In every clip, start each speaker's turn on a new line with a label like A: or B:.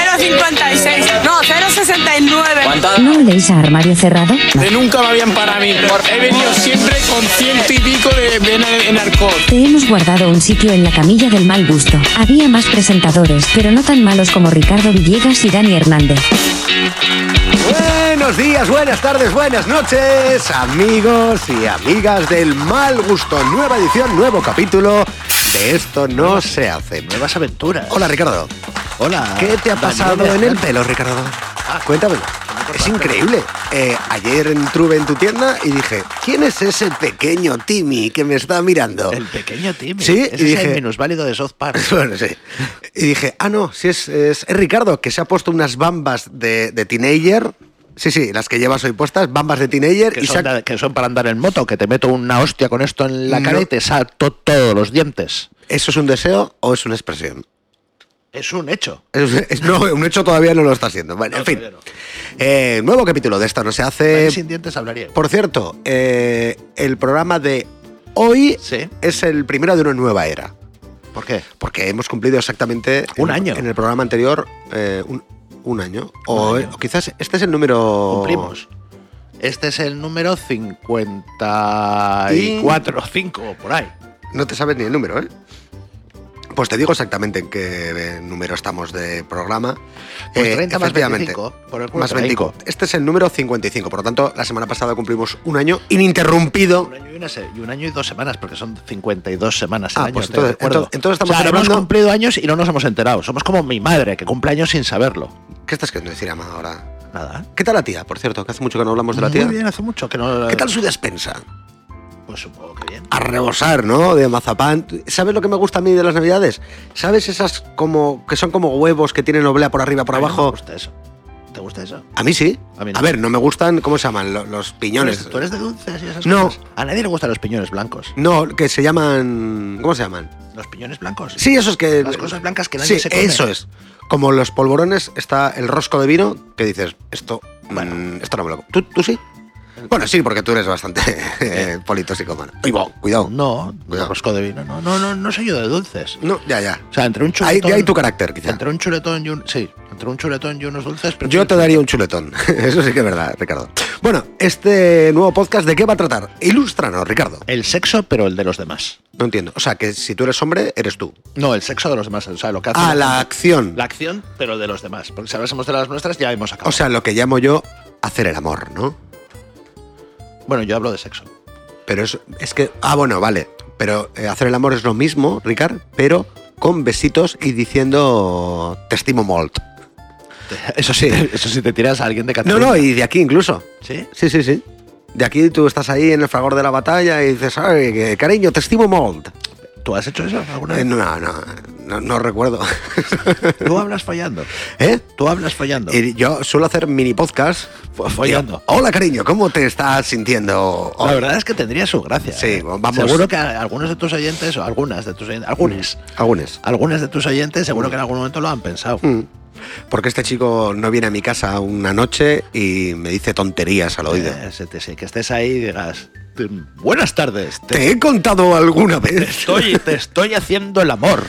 A: 0,56. No, 0,69.
B: ¿Cuánto?
C: ¿No leéis a armario cerrado?
D: De nunca me habían para mí. He venido siempre con ciento y pico de vena en arco.
C: Te hemos guardado un sitio en la camilla del mal gusto. Había más presentadores, pero no tan malos como Ricardo Villegas y Dani Hernández.
E: Buenos días, buenas tardes, buenas noches, amigos y amigas del mal gusto. Nueva edición, nuevo capítulo de Esto no se hace. Nuevas aventuras. Hola, Ricardo.
F: Hola.
E: ¿Qué te ha
F: Daniel,
E: pasado
F: ¿qué
E: en el
F: tal?
E: pelo, Ricardo?
F: Ah.
E: Cuéntamelo. Es increíble. Eh, ayer entrube en tu tienda y dije, ¿quién es ese pequeño Timmy que me está mirando?
F: El pequeño Timmy.
E: Sí,
F: Ese
E: y
F: es
E: dije-
F: el minusválido de South Park.
E: Bueno, sí. Y dije, ah, no, sí es, es- es Ricardo, que se ha puesto unas bambas de, de teenager. Sí, sí, las que llevas hoy puestas, bambas de teenager.
F: Que
E: y se
F: son,
E: ha-
F: da- que son para andar en moto, que te meto una hostia con esto en la cara
E: No.
F: y te salto todos los dientes.
E: ¿Eso es un deseo o es una expresión?
F: Es un hecho.
E: Es- es- no, un hecho todavía no lo está haciendo. Bueno, en fin.
F: todavía
E: Eh, nuevo capítulo de esto no se hace.
F: Ahí sin dientes hablaría.
E: Por cierto, eh, el programa de hoy
F: Sí.
E: es el primero de una nueva era.
F: ¿Por qué?
E: Porque hemos cumplido exactamente
F: Un
E: en-
F: año.
E: En el programa anterior, eh, un, un año. O,
F: año.
E: o quizás este es el número.
F: Oh. Cumplimos. Este es el número 54 o 5 por ahí.
E: No te sabes ni el número, ¿eh? Pues te digo exactamente en qué eh, número estamos de programa. Eh,
F: Pues 30 más
E: efectivamente,
F: 25, por el culo
E: más
F: te la
E: 25.
F: hinco.
E: Este es el número 55. Por lo tanto, la semana pasada cumplimos un año ininterrumpido.
F: Un año y, una se- y un año y dos semanas, porque son 52 semanas el
E: Ah,
F: año.
E: pues
F: te
E: entonces-
F: recuerdo.
E: entonces- entonces estamos
F: O sea,
E: celebrando-
F: hemos cumplido años y no nos hemos enterado. Somos como mi madre, que cumple años sin saberlo.
E: ¿Qué estás queriendo decir, Ama, ahora?
F: Nada. ¿eh?
E: ¿Qué tal la tía, por cierto? Que hace mucho que no hablamos de la
F: Muy
E: tía.
F: bien, hace mucho que no...
E: ¿Qué tal su despensa?
F: Pues supongo que bien.
E: A rebosar, ¿no? De mazapán. ¿Sabes lo que me gusta a mí de las navidades? ¿Sabes esas como que son como huevos que tienen oblea por arriba, por
F: A mí no
E: abajo?
F: me gusta eso. ¿Te gusta eso?
E: A mí sí.
F: A mí no. Pues
E: ver, no me gustan, ¿cómo se llaman? Lo- Los piñones.
F: ¿Tú eres de dulces y esas
E: No.
F: cosas? A nadie le gustan los piñones blancos.
E: No, que se llaman. ¿Cómo se llaman?
F: Los piñones blancos.
E: Sí, esos que.
F: Las cosas blancas que nadie
E: sí,
F: se come.
E: Eso es. Como los polvorones, está el rosco de vino, que dices, esto. Bueno, esto no me lo. ¿Tú, tú sí? Bueno, sí, porque tú eres bastante eh, politoxicómano. Oye, bo, cuidado.
F: No,
E: Cuidado.
F: rosco de vino. No, no, no, no soy yo de dulces.
E: No, ya, ya.
F: O sea, entre un
E: Ahí,
F: chuletón.
E: de ahí tu carácter, quizá.
F: Entre un chuletón y un. Sí, entre un chuletón y unos dulces. prefiero-
E: Yo te daría un chuletón. Eso sí que es verdad, Ricardo. Bueno, este nuevo podcast, ¿de qué va a tratar? Ilústranos, Ricardo.
F: El sexo, pero el de los demás.
E: No entiendo. O sea, que si tú eres hombre, eres tú.
F: No, el sexo de los demás. O sea, lo que hace.
E: Ah, la acción.
F: la acción, pero el de los demás. Porque si hablásemos de las nuestras, ya hemos acabado.
E: O sea, lo que llamo yo hacer el amor, ¿no?
F: bueno, yo hablo de sexo.
E: Pero es, es que. Ah, bueno, vale. Pero eh, hacer el amor es lo mismo, Ricard, pero con besitos y diciendo te estimo molt.
F: Eso sí, eso sí, te tiras a alguien de
E: No,
F: Cataluña.
E: no, y de aquí incluso.
F: ¿Sí?
E: Sí, sí, sí. De aquí tú estás ahí en el fragor de la batalla y dices, "Ay, que- cariño, te estimo molt.
F: ¿Tú has hecho eso alguna
E: Eh,
F: vez?
E: no, no, no, no recuerdo.
F: Tú hablas fallando.
E: ¿Eh?
F: Tú hablas fallando.
E: Y yo suelo hacer mini podcast.
F: Fo- follando.
E: Hola, cariño, ¿cómo te estás sintiendo? hoy?"
F: La verdad es que tendría su gracia.
E: Sí,
F: ¿eh?
E: vamos.
F: Seguro que a- algunos de tus oyentes, o algunas de tus oyentes,
E: Mm.
F: algunos,
E: Algunos.
F: algunas de tus oyentes, seguro que en algún momento lo han pensado.
E: Mm.
F: Eh,
E: Porque este chico no viene a mi casa una noche y me dice tonterías al oído.
F: Eh, se te- se- que estés ahí y digas, "Te- buenas tardes, te,
E: ¿Te he contado alguna vez?
F: estoy, te estoy haciendo el amor.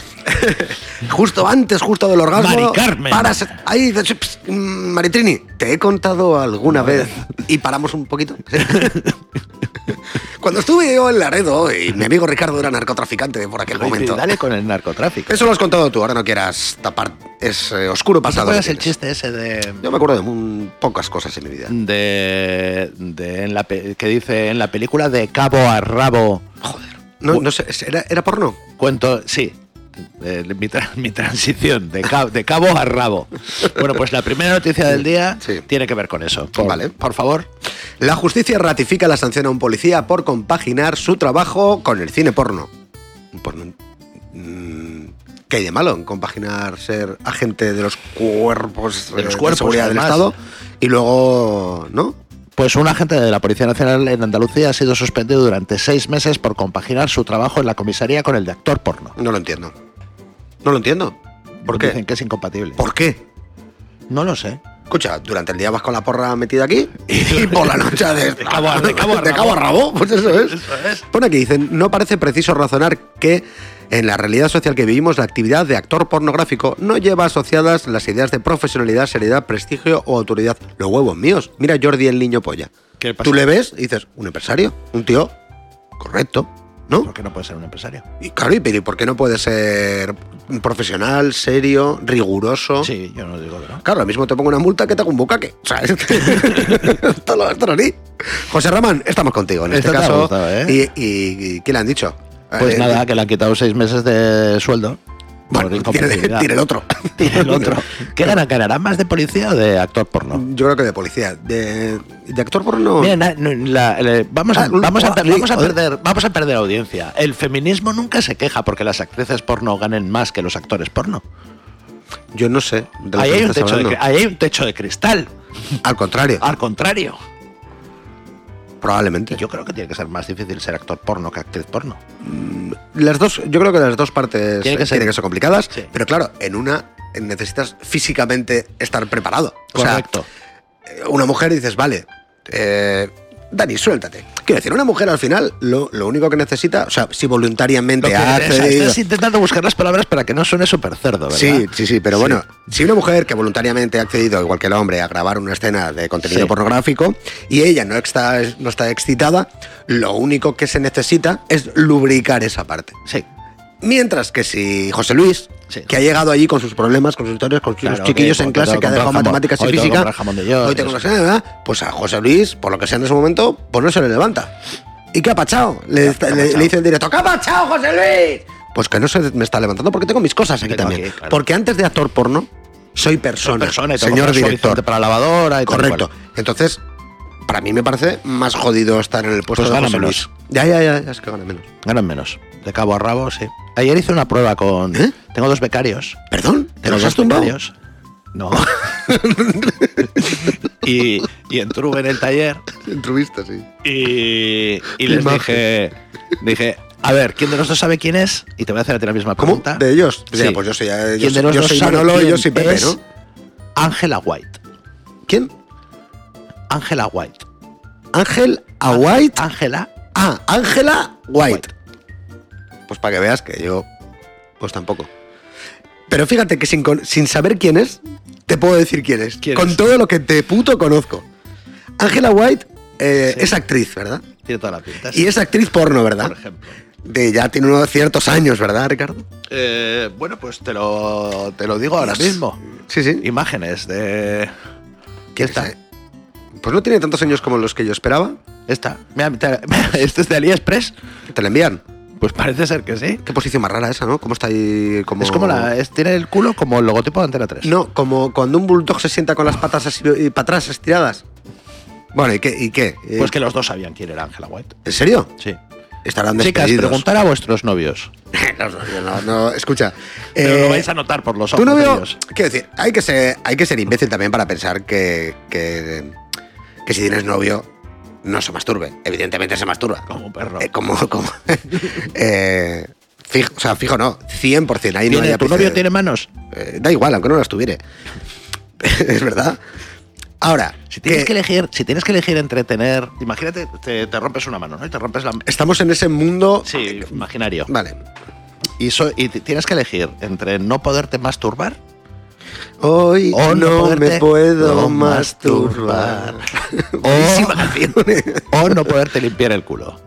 E: Justo antes, justo del orgasmo.
F: Mari Carmen.
E: Paras, ahí, dices, "Ps, mm, Maritrini, ¿te he contado alguna vez? Y paramos un poquito. Cuando estuve yo en Laredo y mi amigo Ricardo era narcotraficante de por aquel
F: Y
E: momento.
F: Dale con el narcotráfico.
E: Eso lo has contado tú, ahora no quieras tapar ese oscuro
F: ¿Te
E: pasado. que
F: acuerdas el
E: tienes.
F: chiste Mm. ese de,
E: Yo me acuerdo de un- pocas cosas en mi vida.
F: de, de en la pe- que dice en la película de cabo a rabo? Joder.
E: No, no sé, ¿era, era porno?
F: Cuento, sí. eh, mi, tra- mi transición de, ca- de cabo a rabo. Bueno, pues la primera noticia del día
E: Sí.
F: tiene que ver con eso. Por,
E: Vale.
F: por favor.
E: La justicia ratifica la sanción a un policía por compaginar su trabajo con el cine porno. Porno. mm, ¿Qué hay de malo en compaginar ser agente de los cuerpos
F: De los
E: eh,
F: cuerpos,
E: seguridad del
F: además.
E: Estado y luego, ¿no?
F: Pues un agente de la Policía Nacional en Andalucía ha sido suspendido durante seis meses por compaginar su trabajo en la comisaría con el de actor porno.
E: No lo entiendo. No lo entiendo. ¿Por qué?
F: Dicen que es incompatible.
E: ¿Por qué?
F: No lo sé.
E: Escucha, durante el día vas con la porra metida aquí y por la noche de,
F: De cabo a- de cabo a
E: de cabo a rabo, pues eso es.
F: Eso es.
E: Pone aquí, dicen, no parece preciso razonar que En la realidad social que vivimos, la actividad de actor pornográfico no lleva asociadas las ideas de profesionalidad, seriedad, prestigio o autoridad. Los huevos míos. Mira Jordi el niño polla.
F: ¿Qué le pasa?
E: Tú le ves y dices, un empresario, un tío, correcto, ¿no?
F: ¿Por qué no puede ser un empresario?
E: Y claro, y pero ¿y por qué no puede ser profesional, serio, riguroso?
F: Sí, yo no digo que no.
E: Claro, ahora mismo te pongo una multa que te hago un bucaque. O sea, es- esto lo, esto lo ni. José Ramón, estamos contigo en este
F: Esto te ha
E: caso.
F: gustado, ¿eh?
E: y, y- y qué le han dicho?
F: Pues
E: Eh,
F: nada, que le han quitado seis meses de sueldo.
E: Bueno,
F: por
E: tiene,
F: incompatibilidad.
E: tiene el otro.
F: Tiene el otro. ¿Qué ganan? ¿Ganarán más de policía o de actor porno?
E: Yo creo que de policía. De, de actor porno.
F: Mira, na- no, la- la- vamos, a,
E: Ah,
F: vamos, a, per-
E: ah,
F: vamos a
E: ah,
F: perder, vamos a perder audiencia. El feminismo nunca se queja porque las actrices porno ganen más que los actores porno.
E: Yo no sé. de lo
F: Ahí
E: que
F: hay, un
E: estás
F: techo de, Ah.
E: hablando.
F: cri- ahí hay un techo de cristal.
E: Al contrario,
F: Al contrario.
E: probablemente.
F: Yo creo que tiene que ser más difícil ser actor porno que actriz porno.
E: Las dos, yo creo que las dos partes
F: Tiene que
E: eh,
F: ser-
E: tienen que ser complicadas,
F: Sí.
E: pero claro, en una eh, necesitas físicamente estar preparado. O sea,
F: Correcto.
E: eh, una mujer dices, vale, eh, Dani, suéltate. Quiero decir, una mujer al final lo, lo único que necesita, o sea, si
F: Lo
E: voluntariamente
F: que
E: ha
F: interesa,
E: cedido-
F: estás intentando buscar las palabras para que no suene súper cerdo, ¿verdad?
E: Sí, sí, sí, pero
F: Sí.
E: bueno, si una mujer que voluntariamente ha accedido, igual que el hombre, a grabar una escena de contenido
F: Sí.
E: pornográfico y ella no está, no está excitada, lo único que se necesita es lubricar esa parte.
F: Sí.
E: Mientras que si José Luis,
F: Sí.
E: que ha llegado allí con sus problemas, con sus historias, con sus
F: Claro,
E: chiquillos
F: que
E: en
F: hoy
E: clase,
F: tengo
E: que ha
F: que
E: dejado
F: comprar jamón.
E: matemáticas
F: Hoy
E: y
F: tengo que
E: física,
F: comprar jamón de York,
E: hoy tengo
F: eso
E: que hacer, ¿verdad? pues a José Luis, por lo que sea en ese momento, pues no se le levanta. ¿Y qué ha pachado? Le,
F: ¿Qué ha
E: le-
F: pachao?
E: le dice el directo, ¿qué ha pachao, José Luis? Pues que no se me está levantando porque tengo mis cosas aquí
F: Tengo
E: también.
F: aquí, claro.
E: Porque antes de actor porno, soy persona,
F: persona y tengo
E: señor
F: que comprar suavizante
E: director.
F: para la lavadora y tal y
E: Correcto.
F: cual.
E: Entonces, para mí me parece más jodido estar en el puesto
F: Pues
E: de
F: gana
E: José
F: menos.
E: Luis. Ya, ya, ya, ya, es que gana menos.
F: Ganan menos. De cabo a rabo, sí. Ayer hice una prueba con.
E: ¿Eh?
F: Tengo dos becarios.
E: ¿Perdón? ¿Te
F: Tengo
E: los
F: dos
E: has tumbado?
F: becarios. No. y, y entruve en el taller
E: Entrevista, sí.
F: y, y les
E: Imagen.
F: dije. Dije. A ver, ¿quién de los dos sabe quién es? Y te voy a hacer a ti la misma
E: ¿Cómo?
F: pregunta.
E: ¿De ellos?
F: Sí.
E: Ya, pues yo soy, eh, yo
F: ¿Quién de
E: soy,
F: los
E: yo
F: dos
E: soy
F: sabe
E: Manolo y yo
F: quién
E: soy Pepe,
F: es?
E: ¿no?
F: Ángela White.
E: ¿Quién?
F: Ángela White.
E: Ángel a White.
F: Ángela
E: Ah, Ángela White. Pues para que veas que yo, pues tampoco. Pero fíjate que sin, con- sin saber quién es, te puedo decir quién es.
F: ¿Quién
E: con
F: es?
E: todo lo que te puto conozco. Ángela White eh,
F: Sí.
E: es actriz, ¿verdad?
F: tiene toda la pinta.
E: Y
F: sí,
E: es actriz porno, ¿verdad?
F: por ejemplo.
E: De ya tiene unos ciertos años, ¿verdad, Ricardo?
F: Eh, bueno, pues te lo, te lo digo ahora
E: Dios.
F: mismo.
E: Sí, sí.
F: Imágenes de.
E: ¿Quién
F: esta,
E: es, eh? Pues no tiene tantos años como los que yo esperaba.
F: Esta. Mira, te- ¿Esto es de AliExpress?
E: Te la envían.
F: Pues parece ser que sí.
E: Qué posición más rara esa, ¿no? ¿Cómo está ahí? Como...
F: Es como la. es- tiene el culo como el logotipo de Antena 3.
E: No, como cuando un bulldog se sienta con las patas así y para atrás estiradas. Bueno, ¿y qué? ¿Y qué? Eh,
F: Pues que los dos sabían quién era Ángela White.
E: ¿En serio?
F: Sí.
E: Estarán
F: Chicas,
E: despedidos.
F: preguntar a vuestros novios.
E: no, no, no, no, escucha.
F: Pero
E: eh,
F: lo vais a notar por los
E: tu
F: ojos. de
E: novio-
F: ellos.
E: Quiero decir, hay que, ser, hay que ser imbécil también para pensar que, que, que si tienes novio no se masturbe. Evidentemente se masturba.
F: Como un perro.
E: Eh, como... como eh, fijo, o sea, fijo no, 100%. Ahí no
F: ¿Tiene-
E: hay
F: ¿Tu
E: ápice
F: novio
E: de-
F: tiene manos?
E: Eh, da igual, aunque no las tuviere. es verdad. Ahora,
F: Si tienes
E: que
F: que elegir, si tienes que elegir entre tener. Imagínate, te, te rompes una mano, ¿no? Y te rompes la.
E: estamos en ese mundo.
F: Sí, imaginario.
E: Vale.
F: Y, so- y t- tienes que elegir entre no poderte masturbar
E: Hoy no,
F: O no
E: me
F: poderte
E: puedo
F: no
E: masturbar.
F: masturbar.
E: Buenísima canción.
F: o no poderte limpiar el culo.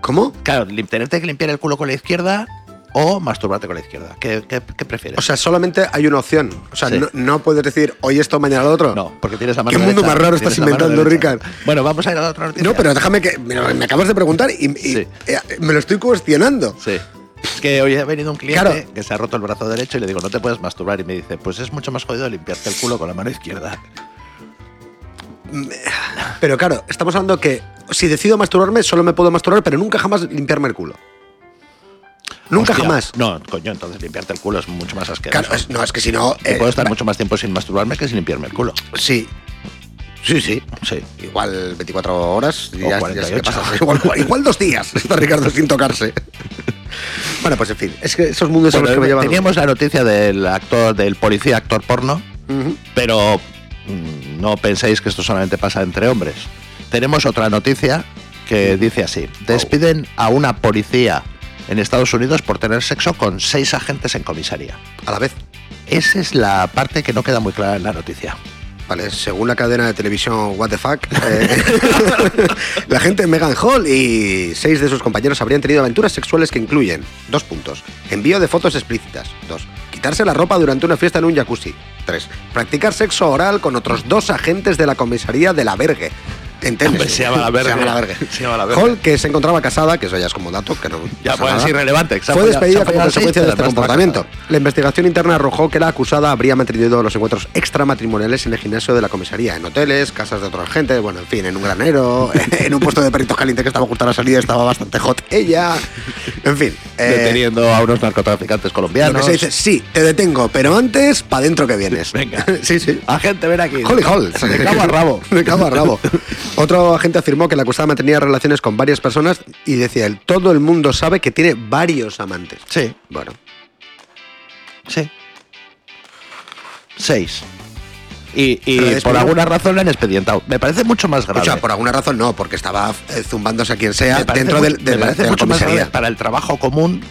E: ¿Cómo?
F: Claro, lim- tenerte que limpiar el culo con la izquierda o masturbarte con la izquierda. ¿Qué, qué- qué prefieres?
E: O sea, solamente hay una opción. O sea,
F: Sí.
E: no, no puedes decir hoy esto, mañana lo otro.
F: no, porque tienes la mano
E: ¿Qué mundo
F: derecha,
E: más raro
F: tienes
E: estás
F: la mano
E: inventando,
F: derecha.
E: Ricard?
F: Bueno, vamos a ir a la otra noticia.
E: No, pero déjame que. Me, lo- me acabas de preguntar y, y,
F: Sí.
E: eh, me lo estoy cuestionando.
F: Sí. Es que hoy ha venido un cliente
E: Claro.
F: que se ha roto el brazo derecho y le digo, no te puedes masturbar. Y me dice, pues es mucho más jodido limpiarte el culo con la mano izquierda.
E: Pero claro, estamos hablando que si decido masturbarme, solo me puedo masturbar, pero nunca jamás limpiarme el culo. Nunca
F: Hostia,
E: jamás.
F: No, coño, entonces limpiarte el culo es mucho más asqueroso.
E: Claro, es- no, es que si no.
F: Y
E: eh,
F: puedo estar mucho más tiempo sin masturbarme que sin limpiarme el culo.
E: Sí. Sí, sí.
F: Sí.
E: Igual 24 horas y
F: O
E: ya,
F: 48.
E: ya se le pasa. Igual, igual dos días está Ricardo sin tocarse. Bueno, pues en fin, es que esos mundos son los que me
F: Bueno,
E: llevan.
F: teníamos la noticia del actor, del policía actor porno,
E: Ujú.
F: pero mm, no penséis que esto solamente pasa entre hombres. Tenemos otra noticia que dice así: despiden a una policía en Estados Unidos por tener sexo con seis agentes en comisaría.
E: A la vez.
F: Esa es la parte que no queda muy clara en la noticia.
E: Vale, según la cadena de televisión What the Fuck, eh, la gente en Megan Hall y seis de sus compañeros habrían tenido aventuras sexuales que incluyen dos puntos: envío de fotos explícitas, dos; quitarse la ropa durante una fiesta en un jacuzzi, tres; practicar sexo oral con otros dos agentes de la comisaría de la Vergue. En Tennessee.
F: Hombre, se llama La Vergue.
E: Se llama la Vergue.
F: Se llama La Vergue.
E: Hall, que se encontraba casada, que eso ya es como dato, que no.
F: Ya,
E: pasa
F: pues,
E: nada.
F: es irrelevante, se ha
E: Fue
F: follado- se
E: despedida
F: ha
E: como
F: follado al
E: consecuencia
F: seis,
E: de
F: pero
E: este
F: además está
E: comportamiento.
F: casada.
E: La investigación interna arrojó que la acusada habría mantenido los encuentros extramatrimoniales en el gimnasio de la comisaría, en hoteles, casas de otra gente, bueno, en fin, en un granero, en un puesto de perritos calientes que estaba justo a la salida, estaba bastante hot ella. En fin. eh,
F: Deteniendo a unos narcotraficantes
E: lo que
F: colombianos.
E: se dice, sí, te detengo, pero antes, pa' dentro que vienes.
F: Venga.
E: sí, sí.
F: Agente, ven aquí.
E: Holy hall.
F: De cabo a rabo.
E: De cabo a rabo. Otro agente afirmó que la acusada mantenía relaciones con varias personas y decía él, todo el mundo sabe que tiene varios amantes.
F: Sí,
E: Bueno,
F: sí. Seis. Y, y
E: Pero después-
F: por alguna razón le han expedientado. Me parece mucho más grave.
E: O sea, por alguna razón no, porque estaba eh, zumbándose a quien sea
F: eh. Me parece
E: dentro
F: mu-
E: del,
F: me
E: de, la-
F: parece
E: de la
F: mucho más grave
E: comisaría.
F: para el trabajo común.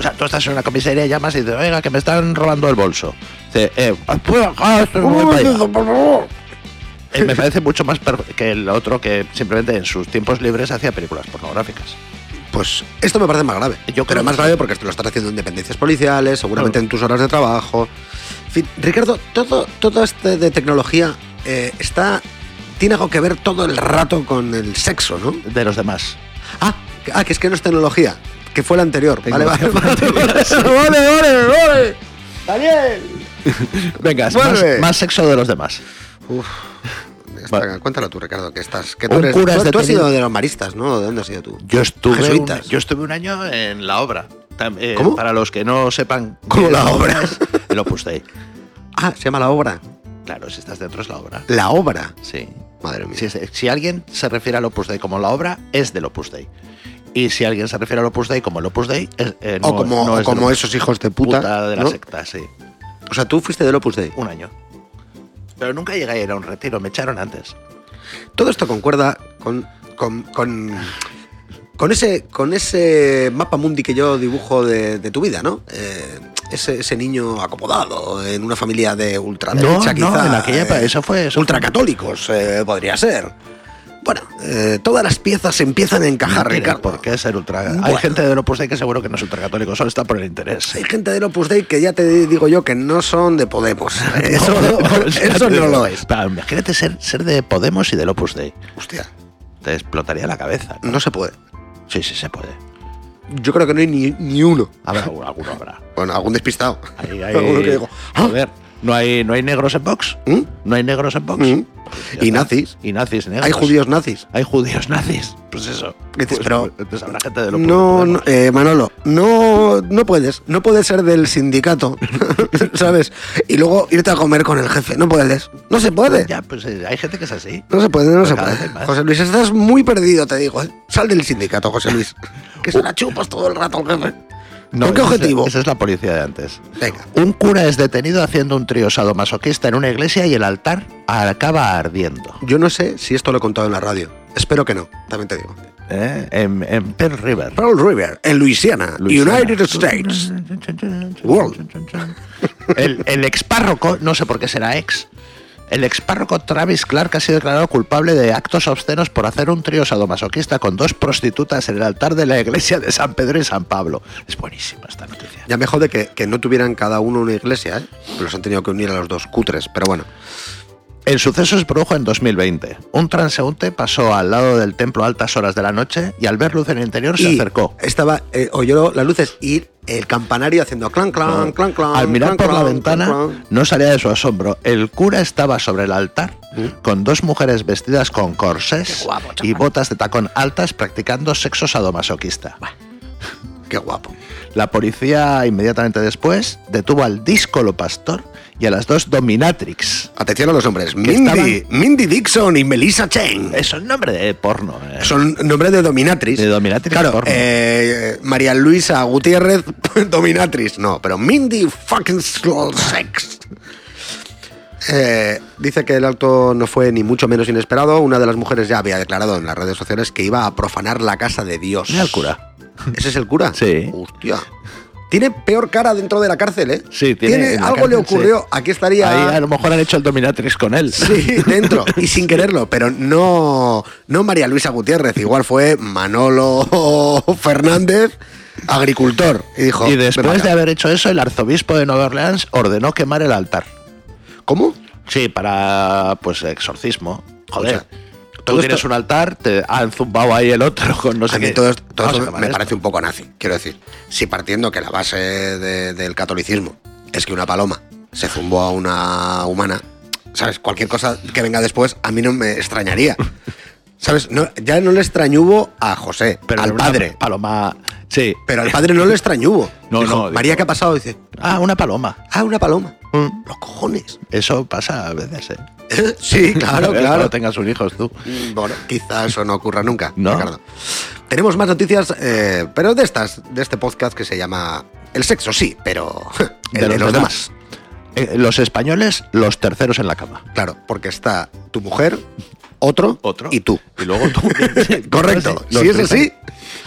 F: O sea, tú estás en una comisaría y llamas y dices, oiga, que me están robando el bolso. Dice, eh, pues, ah, esto es muy para allá". Eh, me parece mucho más per- que el otro que simplemente en sus tiempos libres hacía películas pornográficas.
E: Pues esto me parece más grave.
F: Yo creo
E: Pero
F: que
E: más
F: sí.
E: grave porque lo estás haciendo en dependencias policiales, seguramente
F: Claro.
E: en tus horas de trabajo. En fin, Ricardo, todo, todo este de tecnología eh, está. Tiene algo que ver todo el rato con el sexo, ¿no?
F: De los demás.
E: Ah, que- ah, que es que no es tecnología, que fue la anterior. Vale, vale, vale.
F: vale, vale, vale. Venga, es más,
E: Vuelve.
F: más sexo de los demás.
E: Está-
F: Vale.
E: Cuéntalo tú, Ricardo, que estás. Que tú
F: Un
E: eres,
F: cura
E: tú-
F: es
E: tú has
F: detenido-
E: sido de los maristas, ¿no? ¿De dónde has sido tú?
F: Yo estuve, un,
E: Jesuitas.
F: yo estuve un año en la obra. Tam- eh,
E: ¿Cómo?
F: Para los que no sepan.
E: ¿Cómo
F: qué
E: la obra?
F: es, Lo puse
E: Ah, se llama la obra.
F: Claro, si estás dentro es la obra.
E: La obra.
F: Sí.
E: Madre mía.
F: Si, es- si alguien se refiere al Opus Dei como la obra, es del Opus Dei. Y si alguien se refiere al Opus Dei como el Opus Dei, es- eh,
E: o
F: no-
E: como,
F: no
E: o
F: es
E: como
F: del-
E: esos hijos de puta.
F: de la
E: ¿no?
F: secta, sí.
E: O sea, tú fuiste del Opus Dei.
F: Un año. Pero nunca llegué a ir a un retiro, me echaron antes.
E: Todo esto concuerda con, con, con, con ese, con ese mapa mundi que yo dibujo de, de tu vida, ¿no? Eh, ese, ese niño acomodado en una familia de ultraderecha,
F: No, no,
E: quizá, eh,
F: en aquella época, eh, eso fue- eso
E: ultracatólicos, eh, podría ser. Bueno, eh, todas las piezas empiezan a encajar,
F: No tiene
E: Ricardo.
F: ¿Por qué ser ultra? Hay
E: Bueno.
F: gente del Opus Dei que seguro que no es ultracatólico, solo está por el interés.
E: Hay gente del Opus Dei que ya te digo yo que no son de Podemos. Eso, eso no lo es.
F: Pero imagínate ser, ser de Podemos y del Opus Dei.
E: Hostia,
F: Te explotaría la cabeza. ¿no?
E: no se puede.
F: Sí, sí, se puede.
E: Yo creo que no hay ni, ni uno.
F: Habrá alguno, alguno habrá.
E: Bueno, algún despistado.
F: Ahí, ahí-
E: Alguno que digo,
F: a
E: "Ah".
F: ver, ¿no hay, ¿no hay negros en box?
E: ¿Mm?
F: ¿No hay negros en box?
E: ¿Mm?
F: ya
E: Y
F: está.
E: nazis.
F: Y nazis negros.
E: Hay judíos nazis.
F: Hay judíos nazis. Pues eso.
E: Dices,
F: Pues,
E: pero-
F: pues habrá gente de
E: No, no, eh, Manolo, no, no puedes. No puedes ser del sindicato, ¿sabes? Y luego irte a comer con el jefe. No puedes. No se puede.
F: Ya, pues eh, hay gente que es así.
E: No se puede, no
F: Pues
E: se
F: cada
E: puede.
F: vez más.
E: José Luis, estás muy perdido, te digo. ¿eh? Sal del sindicato, José Luis. Que se la chupas todo el rato al jefe.
F: No,
E: ¿Con qué
F: esa es-
E: objetivo?
F: Esa es la policía de antes.
E: Venga.
F: Un cura es detenido haciendo un trío sadomasoquista en una iglesia y el altar acaba ardiendo.
E: Yo no sé si esto lo he contado en la radio. Espero que no, también te digo.
F: ¿eh? En, en Pearl River.
E: Pearl River, en Luisiana,
F: Luisiana.
E: United States. World.
F: El, el expárroco, no sé por qué será ex, el expárroco Travis Clark ha sido declarado culpable de actos obscenos por hacer un trío sadomasoquista con dos prostitutas en el altar de la iglesia de San Pedro y San Pablo. Es buenísima esta noticia.
E: Ya me jode que, que no tuvieran cada uno una iglesia, ¿eh? Los han tenido que unir a los dos cutres, pero bueno.
F: El suceso se produjo en 2020. Un transeúnte pasó al lado del templo a altas horas de la noche y al ver luz en el interior se
E: Y
F: acercó.
E: Estaba, eh, oyó las luces y el campanario haciendo clan, clan, clan, clan.
F: Ah. Al mirar
E: clan,
F: por la
E: clan,
F: ventana,
E: clan, clan.
F: no salía de su asombro. El cura estaba sobre el altar
E: ¿Mm?
F: con dos mujeres vestidas con corsés y botas de tacón altas practicando sexo sadomasoquista.
E: Qué guapo.
F: La policía inmediatamente después detuvo al díscolo pastor y a las dos dominatrix.
E: Atención a los hombres.
F: estaban-
E: Mindy, Mindy Dixon y Melissa Chen.
F: Es un nombre de porno. eh.
E: Son nombres de dominatriz.
F: De dominatrix
E: Claro,
F: porno.
E: eh, María Luisa Gutiérrez, dominatriz. No, pero Mindy fucking slow sex. Eh, dice que el acto no fue ni mucho menos inesperado. Una de las mujeres ya había declarado en las redes sociales que iba a profanar la casa de Dios.
F: Mira al cura.
E: ¿Ese es el cura?
F: Sí.
E: Hostia. Tiene peor cara dentro de la cárcel, ¿eh?
F: Sí, tiene en la
E: algo le
F: cárcel,
E: ocurrió.
F: sí.
E: Aquí estaría.
F: Ahí a lo mejor han hecho el dominatrix con él.
E: Sí, dentro. Y sin quererlo. Pero no, no María Luisa Gutiérrez. Igual fue Manolo Fernández, agricultor. Y dijo.
F: Y
E: "Ven
F: después de
E: acá".
F: haber hecho eso, el arzobispo de Nueva Orleans ordenó quemar el altar.
E: ¿Cómo?
F: Sí, para pues exorcismo. Joder.
E: Escucha, todo
F: Tú tienes
E: esto-
F: un altar, te han zumbado ahí el otro con no sé
E: A mí
F: qué. Ah,
E: todo, esto- todo
F: Vamos a
E: esto
F: quemar
E: me
F: esto.
E: parece un poco nazi. Quiero decir, si partiendo que la base de- del catolicismo es que una paloma se zumbó a una humana, ¿sabes? Cualquier cosa que venga después a mí no me extrañaría. ¿Sabes? No, ya no le extrañubo a José,
F: Pero
E: al
F: era una
E: padre.
F: Paloma. Sí.
E: Pero al padre no le extrañubo.
F: No,
E: Dijo,
F: no, dijo-
E: María, ¿qué ha pasado? Dice,
F: Ah, una paloma.
E: ah, una paloma.
F: Mm.
E: Los cojones.
F: Eso pasa a veces, ¿eh?
E: sí, claro,
F: Cuando
E: claro.
F: tengas un hijo tú.
E: Mm, Bueno, quizás eso no ocurra nunca,
F: No.
E: Ricardo. Tenemos más noticias, eh, pero de estas, de este podcast que se llama El sexo, sí, pero el de, los demás.
F: Eh, los españoles, los terceros en la cama.
E: Claro, porque está tu mujer, otro,
F: Otro.
E: y tú.
F: Y luego tú.
E: Correcto.
F: Los
E: Si es así,
F: terceros.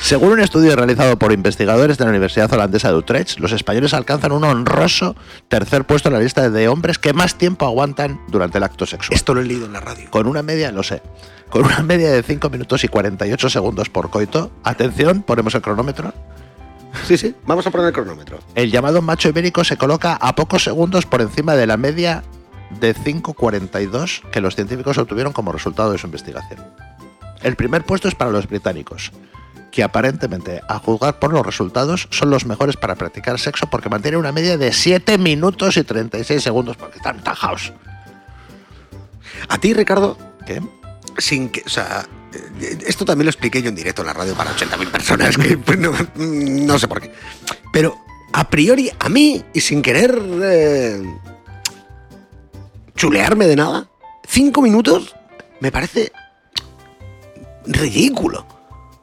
F: Según un estudio realizado por investigadores de la Universidad Holandesa de Utrecht, los españoles alcanzan un honroso tercer puesto en la lista de hombres que más tiempo aguantan durante el acto sexual.
E: esto lo he leído en la radio.
F: Con una media, lo sé, con una media de 5 minutos y 48 segundos por coito. Atención, ponemos el cronómetro.
E: Sí, sí, vamos a poner el cronómetro.
F: El llamado macho ibérico se coloca a pocos segundos por encima de la media de 5.42 que los científicos obtuvieron como resultado de su investigación. El primer puesto es para los británicos, que aparentemente, a juzgar por los resultados, son los mejores para practicar sexo porque mantienen una media de 7 minutos y 36 segundos porque están tajados.
E: A ti, Ricardo,
F: ¿Qué?
E: sin que. O sea, eh, esto también lo expliqué yo en directo en la radio para 80.000 personas, que pues, no, no sé por qué. Pero a priori, a mí, y sin querer eh, chulearme de nada, cinco minutos me parece ridículo.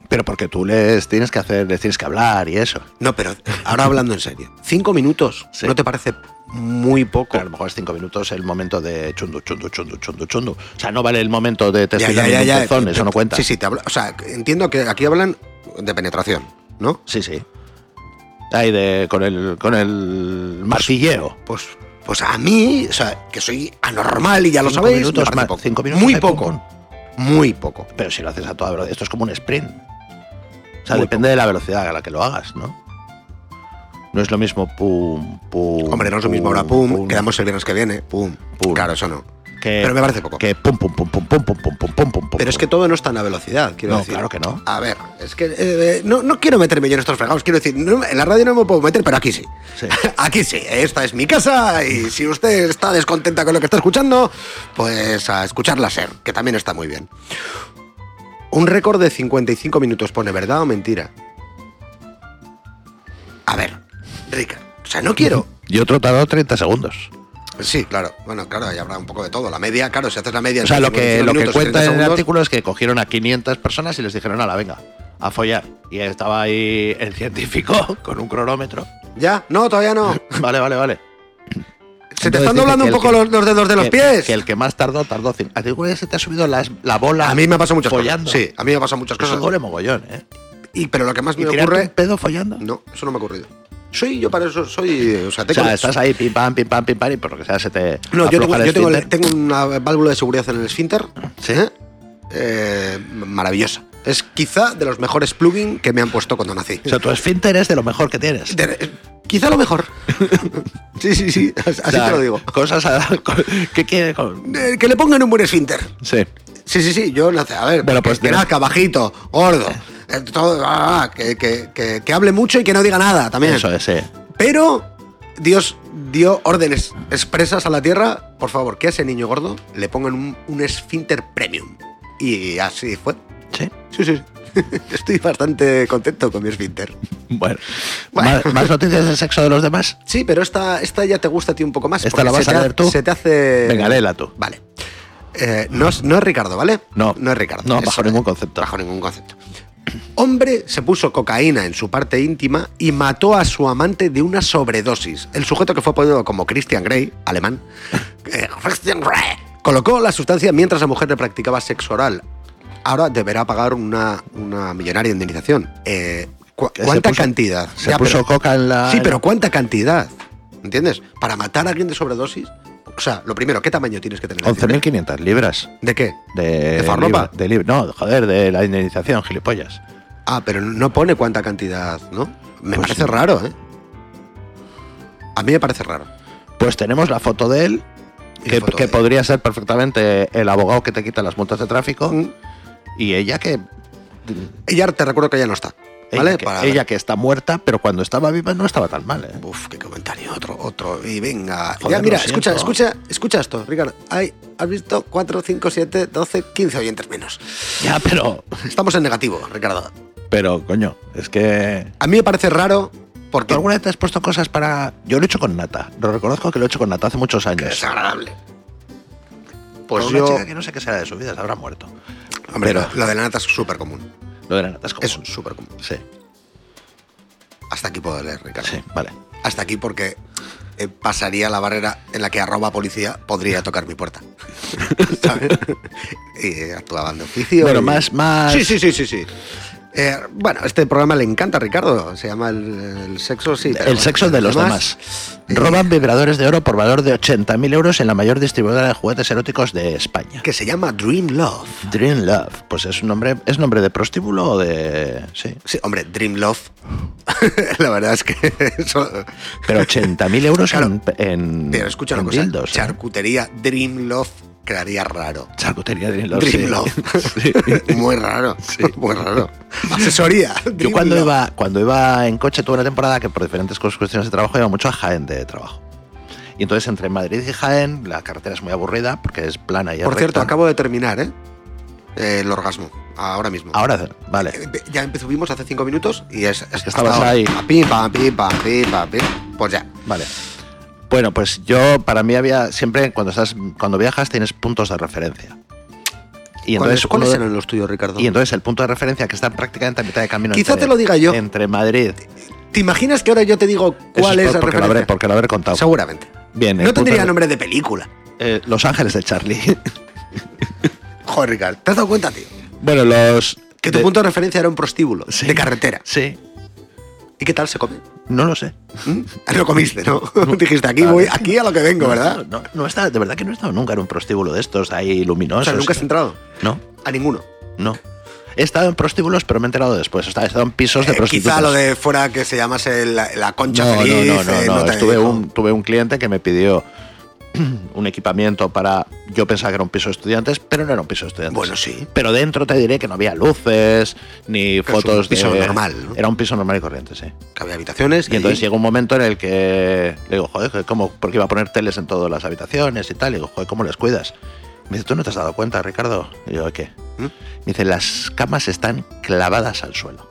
F: Pero porque tú les tienes que hacer, les tienes que hablar y eso.
E: No, pero ahora hablando en serio, cinco minutos,
F: Sí.
E: ¿no te parece muy poco?
F: Pero a lo mejor es cinco minutos el momento de chundu, chundu, chundu, chundu, chundu. O sea, no vale el momento de te
E: Ya,
F: estoy
E: ya,
F: dando
E: ya,
F: un
E: ya.
F: pezón, eso no cuenta.
E: Sí, sí, te hablo- o sea, entiendo que aquí hablan de penetración, ¿no?
F: Sí, sí. Ahí de, con el, con el martilleo.
E: Pues, pues a mí, o sea, que soy anormal y ya lo
F: Cinco
E: sabéis,
F: minutos
E: me parece
F: más,
E: poco.
F: cinco minutos
E: muy
F: ahí,
E: poco,
F: pum,
E: muy poco.
F: Pero si lo haces a toda velocidad, esto es como un sprint. O sea,
E: Muy
F: depende de la velocidad a la que lo hagas, ¿no? No es lo mismo pum, pum.
E: Hombre, no es lo mismo ahora, pum, quedamos el viernes que viene, pum,
F: Pum.
E: Claro, eso no.
F: que,
E: pero me parece poco.
F: Que pum, pum, pum, pum, pum, pum, pum, pum, pum, pum.
E: Pero es que todo no está en la velocidad, quiero
F: No,
E: decir.
F: claro que no.
E: A ver, es que eh, no, no quiero meterme yo en estos fregados. Quiero decir, no- en la radio no me puedo meter, pero aquí sí.
F: Sí.
E: aquí sí, esta es mi casa y si usted está descontenta con lo que está escuchando, pues a escucharla ser, que también está muy bien. Un récord de 55 minutos pone, ¿verdad o mentira? A ver, Rica, o sea, no quiero...
F: Yo he trotado 30 segundos.
E: Sí, claro. Bueno, claro, ahí habrá un poco de todo. La media, claro, si haces la media...
F: O sea,
E: entre 55
F: lo que, lo que
E: minutos y 30
F: cuenta en el
E: segundos,
F: artículo es que cogieron a 500 personas y les dijeron, la venga, a follar. Y estaba ahí el científico con un cronómetro.
E: Ya, no, todavía no.
F: Vale, vale, vale.
E: Se te
F: Entonces
E: están
F: dice
E: doblando
F: que
E: un
F: el
E: poco
F: que-
E: los, los dedos de los
F: que-
E: pies.
F: Que el que más tardó, tardó cinco. ¿A ti alguna vez se te ha subido las- la bola?
E: a mí me ha pasado muchas
F: follando.
E: cosas. Sí, a mí me ha pasado muchas
F: Eso
E: cosas.
F: duele mogollón, ¿eh?
E: Y, pero lo que más
F: ¿Y
E: me
F: tirarte un
E: ocurre.
F: pedo follando?
E: No, eso no me ha ocurrido. Soy yo para eso, soy. O sea,
F: O
E: tengo.
F: sea, estás ahí, pim, pam, pim, pam, pim, pam, y por lo que sea se te
E: no, yo, tengo,
F: afloja el
E: yo tengo,
F: esfínter.
E: tengo una válvula de seguridad en el esfínter.
F: Sí.
E: ¿eh? Eh, maravillosa. Es quizá de los mejores plugins que me han puesto cuando nací.
F: O sea, tu esfínter es de lo mejor que tienes.
E: De- eh, quizá lo mejor. sí, sí, sí. Así
F: O sea,
E: te lo digo.
F: Cosas a- ¿Qué quiere con...?
E: Eh, que le pongan un buen esfínter.
F: Sí.
E: Sí, sí, sí, yo nace. A ver,
F: Bueno, pues
E: que
F: tenemos-
E: nazca bajito, gordo, eh, todo, ah, ah, que, que- que- que hable mucho y que no diga nada también.
F: Eso es, sí.
E: Pero Dios dio órdenes expresas a la tierra, por favor, que a ese niño gordo le pongan un, un esfínter premium. Y así fue.
F: Sí.
E: Sí, sí. sí. Estoy bastante contento con mi esfínter.
F: Bueno.
E: Bueno.
F: ¿Más, más noticias del sexo de los demás?
E: Sí, pero esta, esta ya te gusta a ti un poco más.
F: ¿Esta
E: porque
F: la vas
E: se
F: a
E: te ha-
F: leer tú?
E: Se te hace...
F: Venga, léela tú.
E: Vale. Eh, no, es, no es Ricardo, ¿vale?
F: No.
E: No es Ricardo.
F: No,
E: Es-
F: bajo ningún concepto.
E: Bajo ningún concepto. Hombre se puso cocaína en su parte íntima y mató a su amante de una sobredosis. El sujeto que fue apodado como Christian Grey, alemán, eh, Christian Grey, colocó la sustancia mientras la mujer le practicaba sexo oral. Ahora deberá pagar una, una millonaria indemnización. Eh, ¿Cu-
F: Que se
E: ¿Cuánta
F: puso-
E: cantidad?
F: Se
E: Ya,
F: puso
E: pero-
F: coca en la.
E: Sí, pero ¿cuánta cantidad? ¿Entiendes? Para matar a alguien de sobredosis. O sea, lo primero, ¿qué tamaño tienes que tener? la fibra?
F: 11.500 libras.
E: ¿De qué?
F: De,
E: ¿De farlopa?
F: libra- de libra- no, joder, de la indemnización, gilipollas.
E: Ah, pero no pone cuánta cantidad, ¿no? Me
F: Pues
E: parece
F: no.
E: raro, ¿eh? A mí me parece raro.
F: Pues tenemos la foto de él,
E: Y
F: que,
E: foto
F: que
E: de-
F: podría ser perfectamente el abogado que te quita las multas de tráfico,
E: Mm.
F: y ella que.
E: Ella te recuerdo que ya no está.
F: Ella,
E: ¿Vale?
F: que,
E: Para-
F: ella que está muerta, pero cuando estaba viva no estaba tan mal, ¿eh?
E: Uf, qué comentario, otro, otro. Y venga.
F: Joder,
E: ya, mira,
F: lo
E: escucha,
F: siento.
E: escucha, escucha esto, Ricardo. Hay, has visto 4, 5, 7, 12, 15 oyentes menos.
F: Ya, pero.
E: Estamos en negativo, Ricardo.
F: Pero, coño, es que.
E: A mí me parece raro
F: ¿Tú
E: porque
F: alguna vez te has puesto cosas para.? Yo lo he hecho con nata. Lo reconozco que lo he hecho con nata hace muchos
E: es
F: años.
E: desagradable.
F: Con
E: Pues
F: una
E: yo.
F: chica que no sé qué será de su vida, se habrá muerto.
E: Hombre,
F: Pero-
E: lo de la nata es súper común.
F: Lo de la nata es como.
E: Es súper común.
F: Sí,
E: Hasta aquí puedo leer, Ricardo.
F: sí, vale.
E: Hasta aquí porque eh, pasaría la barrera en la que arroba policía podría tocar mi puerta. ¿Sabes? y eh, actuaban de oficio.
F: Bueno,
E: y-
F: más, más.
E: Sí, sí, sí, sí, sí. Eh, bueno, este programa le encanta a Ricardo. Se llama El, el sexo, sí. pero
F: el
E: bueno,
F: sexo de los demás. Roban vibradores de oro por valor de 80.000 euros en la mayor distribuidora de juguetes eróticos de España.
E: Que se llama Dream Love.
F: Dream Love. Pues es un nombre, es nombre de prostíbulo o de. Sí.
E: Sí, hombre, Dream Love. la verdad es que eso.
F: Pero 80.000 euros
E: Claro.
F: en, en.
E: Pero escucha una
F: en
E: cosa.
F: dildos, ¿eh?
E: charcutería Dream Love quedaría raro.
F: Charcutería Dream Love.
E: Dream
F: sí.
E: Love.
F: Sí.
E: Muy raro. Muy raro. Asesoría.
F: Yo
E: Dream
F: cuando
E: Love.
F: iba, cuando iba en coche tuve una temporada que por diferentes cos- cuestiones de trabajo iba mucho a Jaén de trabajo. Y entonces entre Madrid y Jaén la carretera es muy aburrida porque es plana y es
E: Por cierto,
F: recta.
E: acabo de terminar, ¿eh? Eh, El orgasmo. Ahora mismo.
F: Ahora, vale.
E: Eh, Ya empezamos hace cinco minutos y es, es
F: que estabas
E: hasta ahora.
F: ahí.
E: Pim, pam, pim, pam, pim, pam, pim. Pues ya.
F: Vale. Bueno, pues yo para mí había siempre cuando estás cuando viajas tienes puntos de referencia. Y
E: ¿Cuáles,
F: entonces
E: cuáles
F: uno de-
E: eran los tuyos, Ricardo?
F: y entonces el punto de referencia que está prácticamente a mitad de camino.
E: Quizá
F: entre-
E: te lo diga yo.
F: Entre Madrid.
E: ¿Te imaginas que ahora yo te digo cuál es, la
F: Eso por- porque lo
E: referencia?
F: habré, porque lo habré contado.
E: Seguramente.
F: Bien. el
E: no
F: punto
E: tendría
F: de-
E: nombre de película.
F: eh, Los Ángeles de Charlie.
E: Joder, Ricardo, ¿te has dado cuenta, tío?
F: bueno, los
E: Que tu
F: de-
E: punto de referencia era un prostíbulo
F: Sí.
E: de carretera.
F: Sí,
E: ¿Y qué tal se come?
F: no lo sé.
E: ¿Mm? Lo comiste, ¿no? Dijiste, aquí voy, aquí a lo que vengo, ¿verdad?
F: No, no, no está, de verdad que no he estado nunca en un prostíbulo de estos ahí luminosos.
E: o sea, nunca has entrado
F: No,
E: a ninguno.
F: no. He estado en prostíbulos, pero me he enterado después. O sea, he estado en pisos de
E: Eh,
F: prostitutas.
E: quizá lo de fuera que se llamase la, la concha
F: No, no,
E: feliz.
F: no, no,
E: eh,
F: no.
E: te
F: Estuve
E: digo.
F: un, tuve un cliente que me pidió un equipamiento para. Yo pensaba que era un piso de estudiantes, pero no era un piso de estudiantes.
E: Bueno, sí.
F: Pero dentro te diré que no había luces, ni
E: Que es un
F: fotos de.
E: piso normal, ¿no?
F: Era un piso normal y corriente, sí.
E: Que había habitaciones.
F: Y entonces
E: allí.
F: llega un momento en el que le digo, joder, ¿cómo? Porque iba a poner teles en todas las habitaciones y tal. Y digo, joder, ¿cómo les cuidas? Me dice, ¿tú no te has dado cuenta, Ricardo? Y yo, ¿qué?
E: ¿Mm?
F: Me dice, las camas están clavadas al suelo.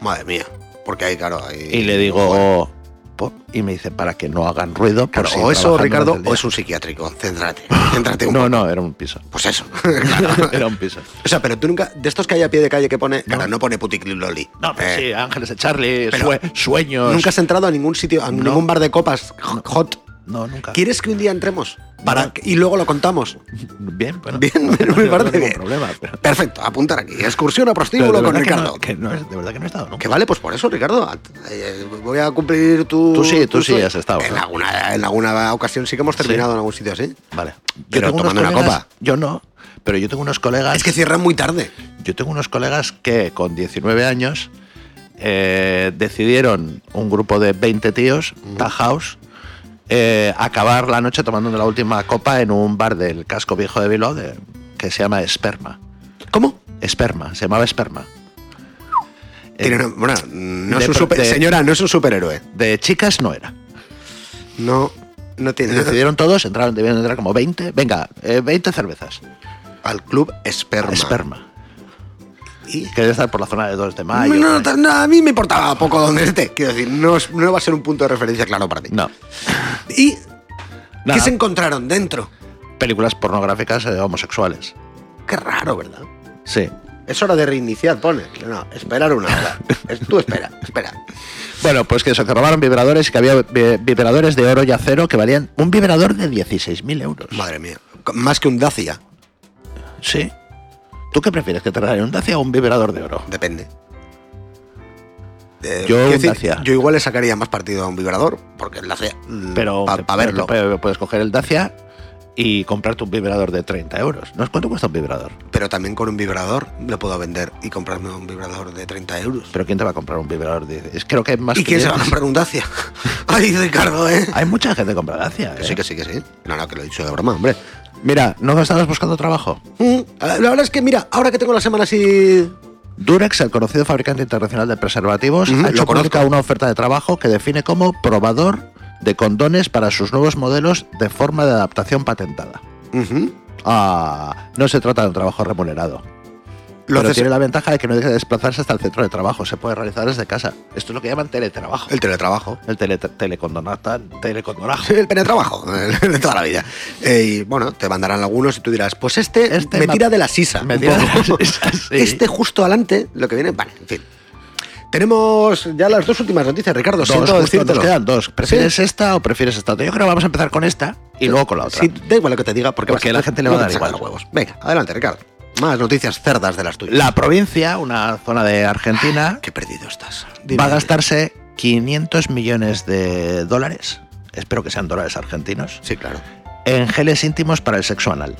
E: Madre mía. Porque ahí, claro, ahí.
F: Y le digo, "Po-". y me dice, para que no hagan ruido. por
E: Claro,
F: si
E: o eso,
F: trabajando
E: Ricardo,
F: durante el
E: o
F: día".
E: es un psiquiátrico. Céntrate. Céntrate un
F: No,
E: poco.
F: no, era un piso.
E: Pues eso.
F: Era un piso.
E: o sea, pero tú nunca. De estos que hay a pie de calle que pone. Claro,
F: No.
E: no pone puticlip loli.
F: No, pero
E: Eh,
F: sí, Ángeles de Charlie,
E: pero
F: sue- sueños.
E: Nunca has entrado a ningún sitio, a
F: No.
E: ningún bar de copas hot.
F: No, nunca.
E: ¿Quieres que un día entremos? Para
F: No.
E: que- y luego lo contamos.
F: Bien, bueno.
E: Bien,
F: no,
E: me
F: no, no,
E: parece
F: ningún
E: bien.
F: problema. Pero,
E: Perfecto, apuntar aquí. Excursión a
F: pero de
E: prostíbulo con
F: verdad que no-
E: Ricardo.
F: que no es- de verdad que no he estado nunca.
E: Que vale, pues por eso, Ricardo. At- eh, Voy a cumplir tu.
F: Tú sí, tú
E: tu
F: sí
E: sueño.
F: has estado,
E: En
F: ¿no?
E: alguna, en alguna ocasión sí que hemos terminado
F: Sí.
E: en algún sitio así.
F: Vale.
E: Pero
F: tengo unos
E: tomando una
F: colegas-
E: copa.
F: Yo no, pero yo tengo unos colegas.
E: Es que cierran muy tarde.
F: Yo tengo unos colegas que con 19 años eh, decidieron un grupo de 20 tíos, Tajaos, eh, acabar la noche tomando la última copa en un bar del casco viejo de Bilbao de- que se llama Esperma.
E: ¿Cómo?
F: Esperma, se llamaba Esperma. Eh,
E: Tiene una- bueno, no
F: de
E: es un
F: pro-
E: super-
F: de-
E: señora, no es un superhéroe.
F: de chicas no era.
E: No, no tiene.
F: Decidieron todos, entraron, debieron entrar como 20, venga, eh, 20 cervezas.
E: Al club Esperma.
F: Esperma.
E: Y-
F: Que debe estar por la zona de 2 de mayo.
E: No,
F: por ahí.
E: no, no, a mí me importaba poco dónde esté. Quiero decir, no, es- no va a ser un punto de referencia claro para ti.
F: no.
E: ¿Y
F: Nada,
E: qué se encontraron dentro?
F: películas pornográficas eh, homosexuales.
E: Qué raro, ¿verdad?
F: Sí.
E: Es hora de reiniciar, pone. No, esperar una hora. Es- Tú espera, espera.
F: Bueno, pues que se robaron vibradores y que había vi- vibradores de oro y acero que valían un vibrador de 16.000 euros.
E: Madre mía. Más que un Dacia,
F: Sí. ¿Tú qué prefieres? ¿Que te regalen un Dacia o un vibrador de oro?
E: depende. Eh,
F: Yo
E: quiero
F: un
E: decir,
F: Dacia.
E: yo igual le sacaría más partido a un vibrador, porque el Dacia.
F: Pero
E: Para
F: te-
E: verlo.
F: pero puedes coger el Dacia y comprarte un vibrador de 30 euros. ¿No es cuánto cuesta un vibrador?
E: Pero también con un vibrador lo puedo vender y comprarme un vibrador de 30 euros.
F: Pero ¿quién te va a comprar un vibrador? de- Es, creo que hay más
E: ¿Y quién se va a
F: clientes.
E: comprar un Dacia? Ay, Ricardo, ¿eh?
F: Hay mucha gente que compra Dacia.
E: Que
F: ¿eh?
E: sí, que sí, que sí. No, no, que lo he dicho de broma, hombre.
F: Mira, ¿no estabas buscando trabajo?
E: Mm, La verdad es que, mira, ahora que tengo la semana así.
F: Durex, el conocido fabricante internacional de preservativos,
E: Ujú,
F: ha
E: lo
F: hecho pública
E: conozco.
F: una oferta de trabajo que define como probador de condones para sus nuevos modelos de forma de adaptación patentada.
E: ujú,
F: Ah, no se trata de un trabajo remunerado.
E: lo
F: pero
E: haces-
F: tiene la ventaja de que no hay que desplazarse hasta el centro de trabajo, se puede realizar desde casa. Esto es lo que llaman teletrabajo.
E: El teletrabajo.
F: El tele, telecondonata, telecondonaje.
E: El penetrabajo de toda la vida. Eh, y bueno, te mandarán algunos y tú dirás, pues este,
F: Este
E: me
F: ma-
E: tira de la sisa.
F: me
E: un
F: tira de
E: poco.
F: la sisa, sí.
E: Este justo adelante, lo que viene, vale, en fin. Tenemos ya las dos últimas noticias, Ricardo.
F: Dos,
E: siento
F: justo,
E: decírtelo.
F: nos quedan dos. ¿Prefieres
E: Sí.
F: esta o prefieres esta? Yo creo que vamos a empezar con esta y luego con la otra.
E: Sí, da igual lo que te diga, porque,
F: Porque
E: vas-
F: la gente le va a
E: vas
F: dar
E: sacar
F: igual.
E: huevos. Venga, adelante, Ricardo. Más noticias cerdas de las tuyas.
F: La provincia, una zona de Argentina,
E: Qué perdido estás.
F: va a gastarse 500 millones de dólares, espero que sean dólares argentinos,
E: Sí, claro.
F: en geles íntimos para el sexo anal.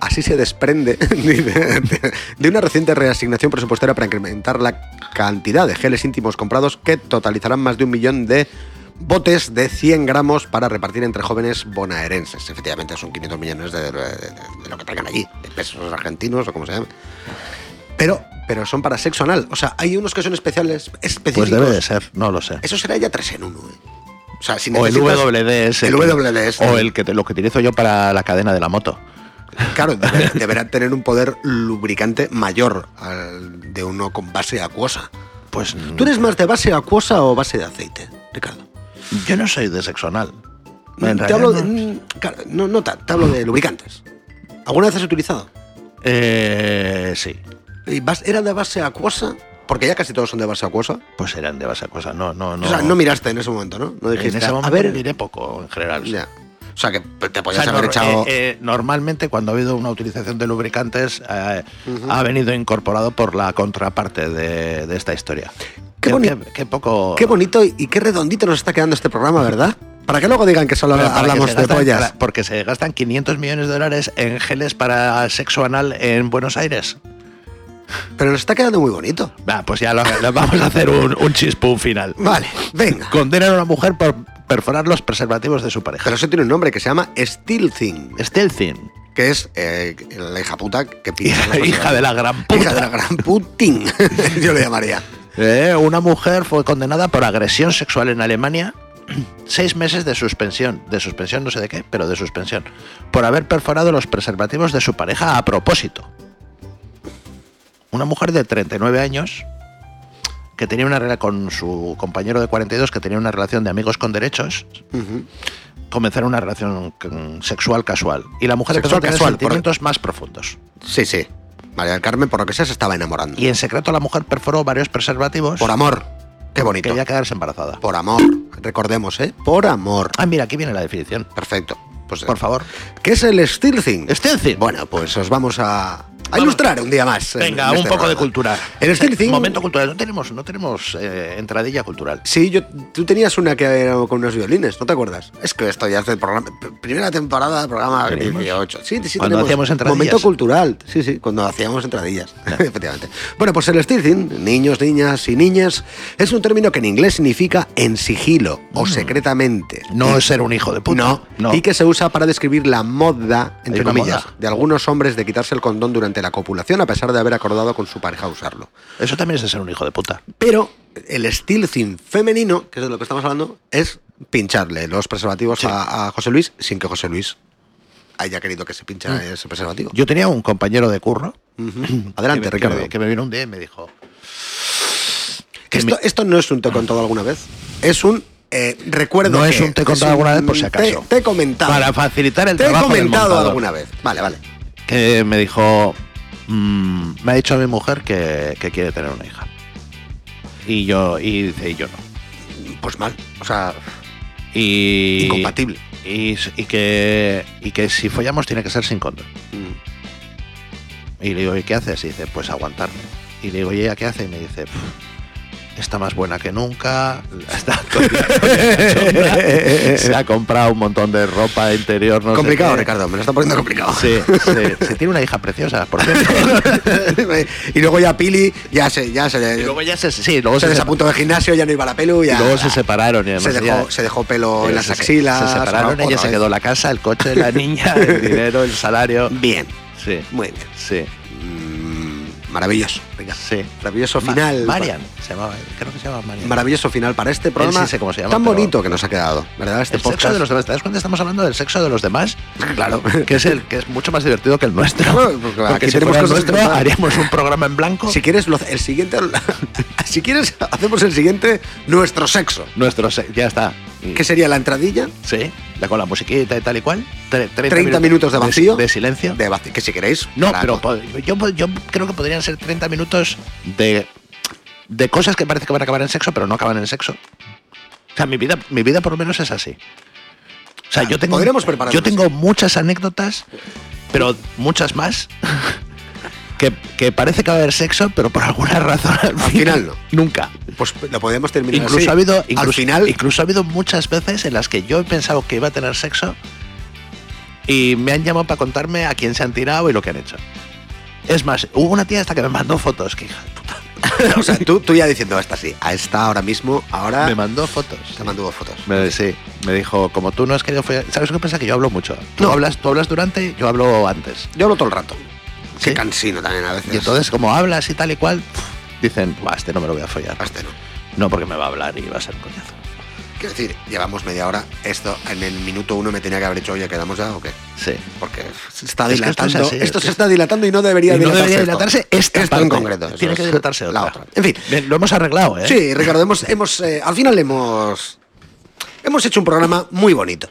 E: Así se desprende dice, de una reciente reasignación presupuestaria para incrementar la cantidad de geles íntimos comprados que totalizarán más de un millón de botes de 100 gramos para repartir entre jóvenes bonaerenses. Efectivamente, son 500 millones de, de- de lo que tengan allí, de pesos argentinos o como se llame. Pero, pero son para sexo anal. O sea, hay unos que son especiales, específicos.
F: Pues debe de ser, no lo sé.
E: Eso será ya 3 en 1. O sea, si
F: O el
E: necesitas-
F: WDS.
E: El WDS.
F: O el que, lo que utilizo yo para la cadena de la moto.
E: Claro, deberá, deberá tener un poder lubricante mayor al de uno con base acuosa.
F: Pues
E: ¿Tú eres más de base acuosa o base de aceite, Ricardo?
F: yo no soy de sexo anal. En
E: Te
F: realidad
E: hablo de,
F: no.
E: mm, claro, no, no, ta- te hablo de lubricantes. ¿Alguna vez has utilizado?
F: Eh, sí,
E: ¿Y vas- ¿Era de base acuosa? Porque ya casi todos son de base acuosa.
F: pues eran de base cosa. No, no, no.
E: O sea, no miraste en ese momento, ¿no? No dijiste,
F: en ese momento
E: a ver...
F: miré poco en general. sí.
E: Ya. O sea, que te
F: O
E: podías
F: sea,
E: haber
F: nor-
E: echado...
F: eh, eh, normalmente cuando ha habido una utilización de lubricantes eh, ha venido incorporado por la contraparte de, de esta historia.
E: Qué
F: Que-
E: boni-
F: que- que poco...
E: Qué bonito y y qué redondito nos está quedando este programa, ¿verdad? Para que luego digan que solo
F: Pero para que
E: hablamos
F: se
E: de
F: gastan-
E: pollas.
F: para- porque se gastan 500 millones de dólares en geles para sexo anal en Buenos Aires.
E: Pero nos está quedando muy bonito.
F: Va, pues ya lo, lo vamos a hacer un, un chispún final.
E: Vale, venga.
F: Condenan a una mujer por perforar los preservativos de su pareja.
E: Pero eso tiene un nombre que se llama Steel Thing,
F: Stelzin,
E: que es eh, la hija puta que pincha. en la
F: hija, hija de la gran puta.
E: Hija de la gran putin, yo le llamaría.
F: Eh, una mujer fue condenada por agresión sexual en Alemania. Seis meses de suspensión, de suspensión no sé de qué, pero de suspensión, por haber perforado los preservativos de su pareja a propósito. Una mujer de 39 años que tenía una relación con su compañero de 42 que tenía una relación de amigos con derechos, comenzaron una relación mm, sexual casual y la mujer
E: Sexual
F: empezó a tener
E: casual, por-
F: sentimientos más profundos.
E: Sí, sí. María del Carmen, por lo que sea, se estaba enamorando.
F: Y en secreto la mujer perforó varios preservativos
E: Por amor. Qué bonito.
F: quería quedarse embarazada.
E: Por amor. Recordemos, ¿eh? Por amor.
F: Ah, mira, aquí viene la definición.
E: Perfecto. Pues, eh,
F: Por favor.
E: ¿Qué es el Steel Thing?
F: Stencil.
E: Bueno, pues os vamos a, a
F: Vamos.
E: ilustrar un día más. en-
F: Venga,
E: en
F: un
E: este
F: poco de
E: programa.
F: cultura.
E: El Steel Thing.
F: Momento cultural. No tenemos, no tenemos eh, entradilla cultural.
E: Sí, yo, tú tenías una que era con unos violines, ¿no te acuerdas? Es que esto ya es del programa. Primera temporada del programa
F: ¿Tenemos?
E: 18. Sí, sí,
F: Cuando
E: tenemos.
F: hacíamos entradillas.
E: Momento cultural. Sí, sí, cuando hacíamos entradillas. Efectivamente. Bueno, pues el stealthing, niños, niñas y niñas, es un término que en inglés significa en sigilo o secretamente.
F: No es ser un hijo de Mm. puta.
E: No,
F: no.
E: y que se usa para describir la moda, entre
F: una
E: comillas,
F: moda.
E: de algunos hombres de quitarse el condón durante la copulación a pesar de haber acordado con su pareja usarlo.
F: Eso también es de ser un hijo de puta.
E: Pero el stealthing femenino, que es de lo que estamos hablando, es pincharle los preservativos a, a José Luis sin que José Luis haya querido que se pinche ese preservativo.
F: Mm. Yo tenía un compañero de curro
E: Ujú. Adelante,
F: que, me-
E: Ricardo.
F: que me- que me vino un día y me dijo. que
E: esto, esto no es un te he contado alguna vez. Es un eh, recuerdo.
F: No
E: que-
F: es un te he contado
E: un
F: alguna vez, por si acaso.
E: Te, te he comentado.
F: Para facilitar el
E: te he
F: trabajo del
E: comentado
F: montador.
E: alguna vez. Vale, vale.
F: Que me dijo. mm, me ha dicho a mi mujer que, que quiere tener una hija. Y yo, y dice, y yo no.
E: Pues mal. O sea,
F: Ah. Y,
E: incompatible.
F: y, y que, y que si follamos tiene que ser sin condón. Y le digo, ¿y qué haces? Y dice, pues aguantarme. Y le digo, ¿y ella qué hace? Y me dice, "Pf, está más buena que nunca, está con- cachonda, se ha comprado un montón de ropa interior. No sé
E: complicado,
F: qué.
E: Ricardo, me lo está poniendo complicado.
F: Sí, sí, sí, tiene una hija preciosa, por cierto.
E: y luego ya Pili, ya se, ya se, le-
F: Y luego ya se, sí, luego
E: se
F: se, sepa-
E: desapuntó del gimnasio, ya no iba a la pelu,
F: y
E: ya.
F: luego se separaron. Y además
E: se dejó,
F: ya-
E: se dejó pelo en
F: Sí,
E: las
F: se-
E: axilas.
F: Se separaron,
E: otra
F: ella se
E: vez.
F: quedó la casa, el coche, la niña, el dinero, el salario.
E: Bien,
F: Sí,
E: muy bien.
F: sí,
E: Mm, maravilloso. Venga.
F: sí.
E: Maravilloso
F: Ma-
E: final.
F: Marian, se llamaba, creo que se llamaba Marian.
E: Maravilloso final para este programa.
F: sí sé cómo se llama,
E: tan
F: pero-
E: bonito que nos ha quedado, ¿verdad? Este
F: el sexo
E: podcast.
F: de los demás. ¿Te das cuenta? Estamos hablando del sexo de los demás.
E: Claro.
F: Que es el que es mucho más divertido que el nuestro.
E: Bueno, pues, claro,
F: Porque
E: aquí
F: si
E: tenemos
F: fuera el
E: cosas que
F: nuestro,
E: contar.
F: haríamos un programa en blanco.
E: Si quieres, lo- el siguiente. si quieres, hacemos el siguiente, nuestro sexo.
F: Nuestro se- ya está. Y-
E: ¿Qué sería la entradilla?
F: Sí, la- con la musiquita y tal y cual. Tre- 30,
E: 30 minutos de vacío.
F: De, silencio.
E: De vaci- que si queréis.
F: no,
E: para-
F: pero pod- yo, pod- yo creo que podrían ser 30 minutos de, de cosas que parece que van a acabar en sexo, pero no acaban en sexo. O sea, mi vida, mi vida por lo menos es así. O sea,
E: Ah,
F: yo tengo,
E: podríamos preparar
F: yo
E: una
F: tengo muchas anécdotas, pero muchas más, que, que parece que va a haber sexo, pero por alguna razón al,
E: final no.
F: Nunca.
E: Pues lo podemos terminar
F: Incluso
E: así.
F: ha habido incluso,
E: Al final.
F: incluso ha habido muchas veces en las que yo he pensado que iba a tener sexo y me han llamado para contarme a quién se han tirado y lo que han hecho. Es más, hubo una tía hasta que me mandó fotos, que hija de puta.
E: o sea, tú, tú ya diciendo, esta sí, a esta ahora mismo, ahora.
F: Me mandó fotos.
E: Ah. Te mandó fotos.
F: Me, sí, me dijo, como tú no has querido follar- ¿Sabes qué pasa? Que yo hablo mucho. Tú, hablas, tú hablas durante, yo hablo antes.
E: Yo hablo todo el rato.
F: Sí.
E: Qué cansino también a veces.
F: Y entonces, como hablas y tal y cual, dicen, "Buah, este no me lo voy a follar.
E: A este no.
F: No, porque me va a hablar y va a ser un coñazo.
E: Quiero decir, llevamos media hora. Esto en el minuto uno me tenía que haber dicho, oye, ¿quedamos ya o qué?
F: Sí.
E: Porque se está
F: Es que esto
E: dilatando.
F: es
E: Esto,
F: así, es que-
E: se está dilatando y no debería
F: Y no
E: dilatarse.
F: debería
E: esto.
F: dilatarse
E: Esto
F: esta
E: en
F: parte.
E: concreto. eso
F: Tiene que
E: es
F: dilatarse
E: la
F: otra.
E: En fin.
F: Bien, lo hemos arreglado, ¿eh?
E: Sí, Ricardo, hemos, hemos eh, al final hemos, hemos hecho un programa muy bonito,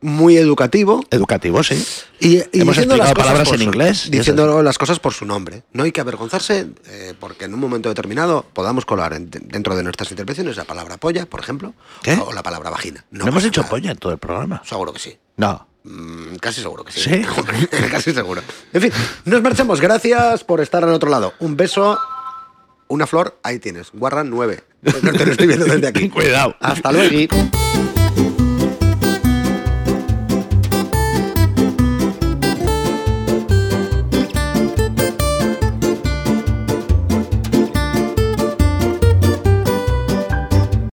E: muy educativo.
F: Educativo, sí.
E: Y, y
F: Hemos
E: diciendo las cosas
F: explicado palabras
E: por
F: en
E: su-
F: inglés, y
E: Diciendo las cosas por su nombre. No hay que avergonzarse eh, porque en un momento determinado podamos colar en- dentro de nuestras intervenciones la palabra polla, por ejemplo,
F: ¿Qué?
E: o la palabra vagina.
F: No, hemos
E: pasa
F: hecho
E: nada.
F: polla en todo el programa.
E: Seguro que sí.
F: No.
E: Mm, Casi seguro que sí.
F: ¿Sí?
E: Casi seguro. En fin, nos marchamos. Gracias por estar al otro lado. Un beso, una flor, ahí tienes. Guarra 9. Te lo estoy viendo desde aquí.
F: Cuidado.
E: Hasta luego.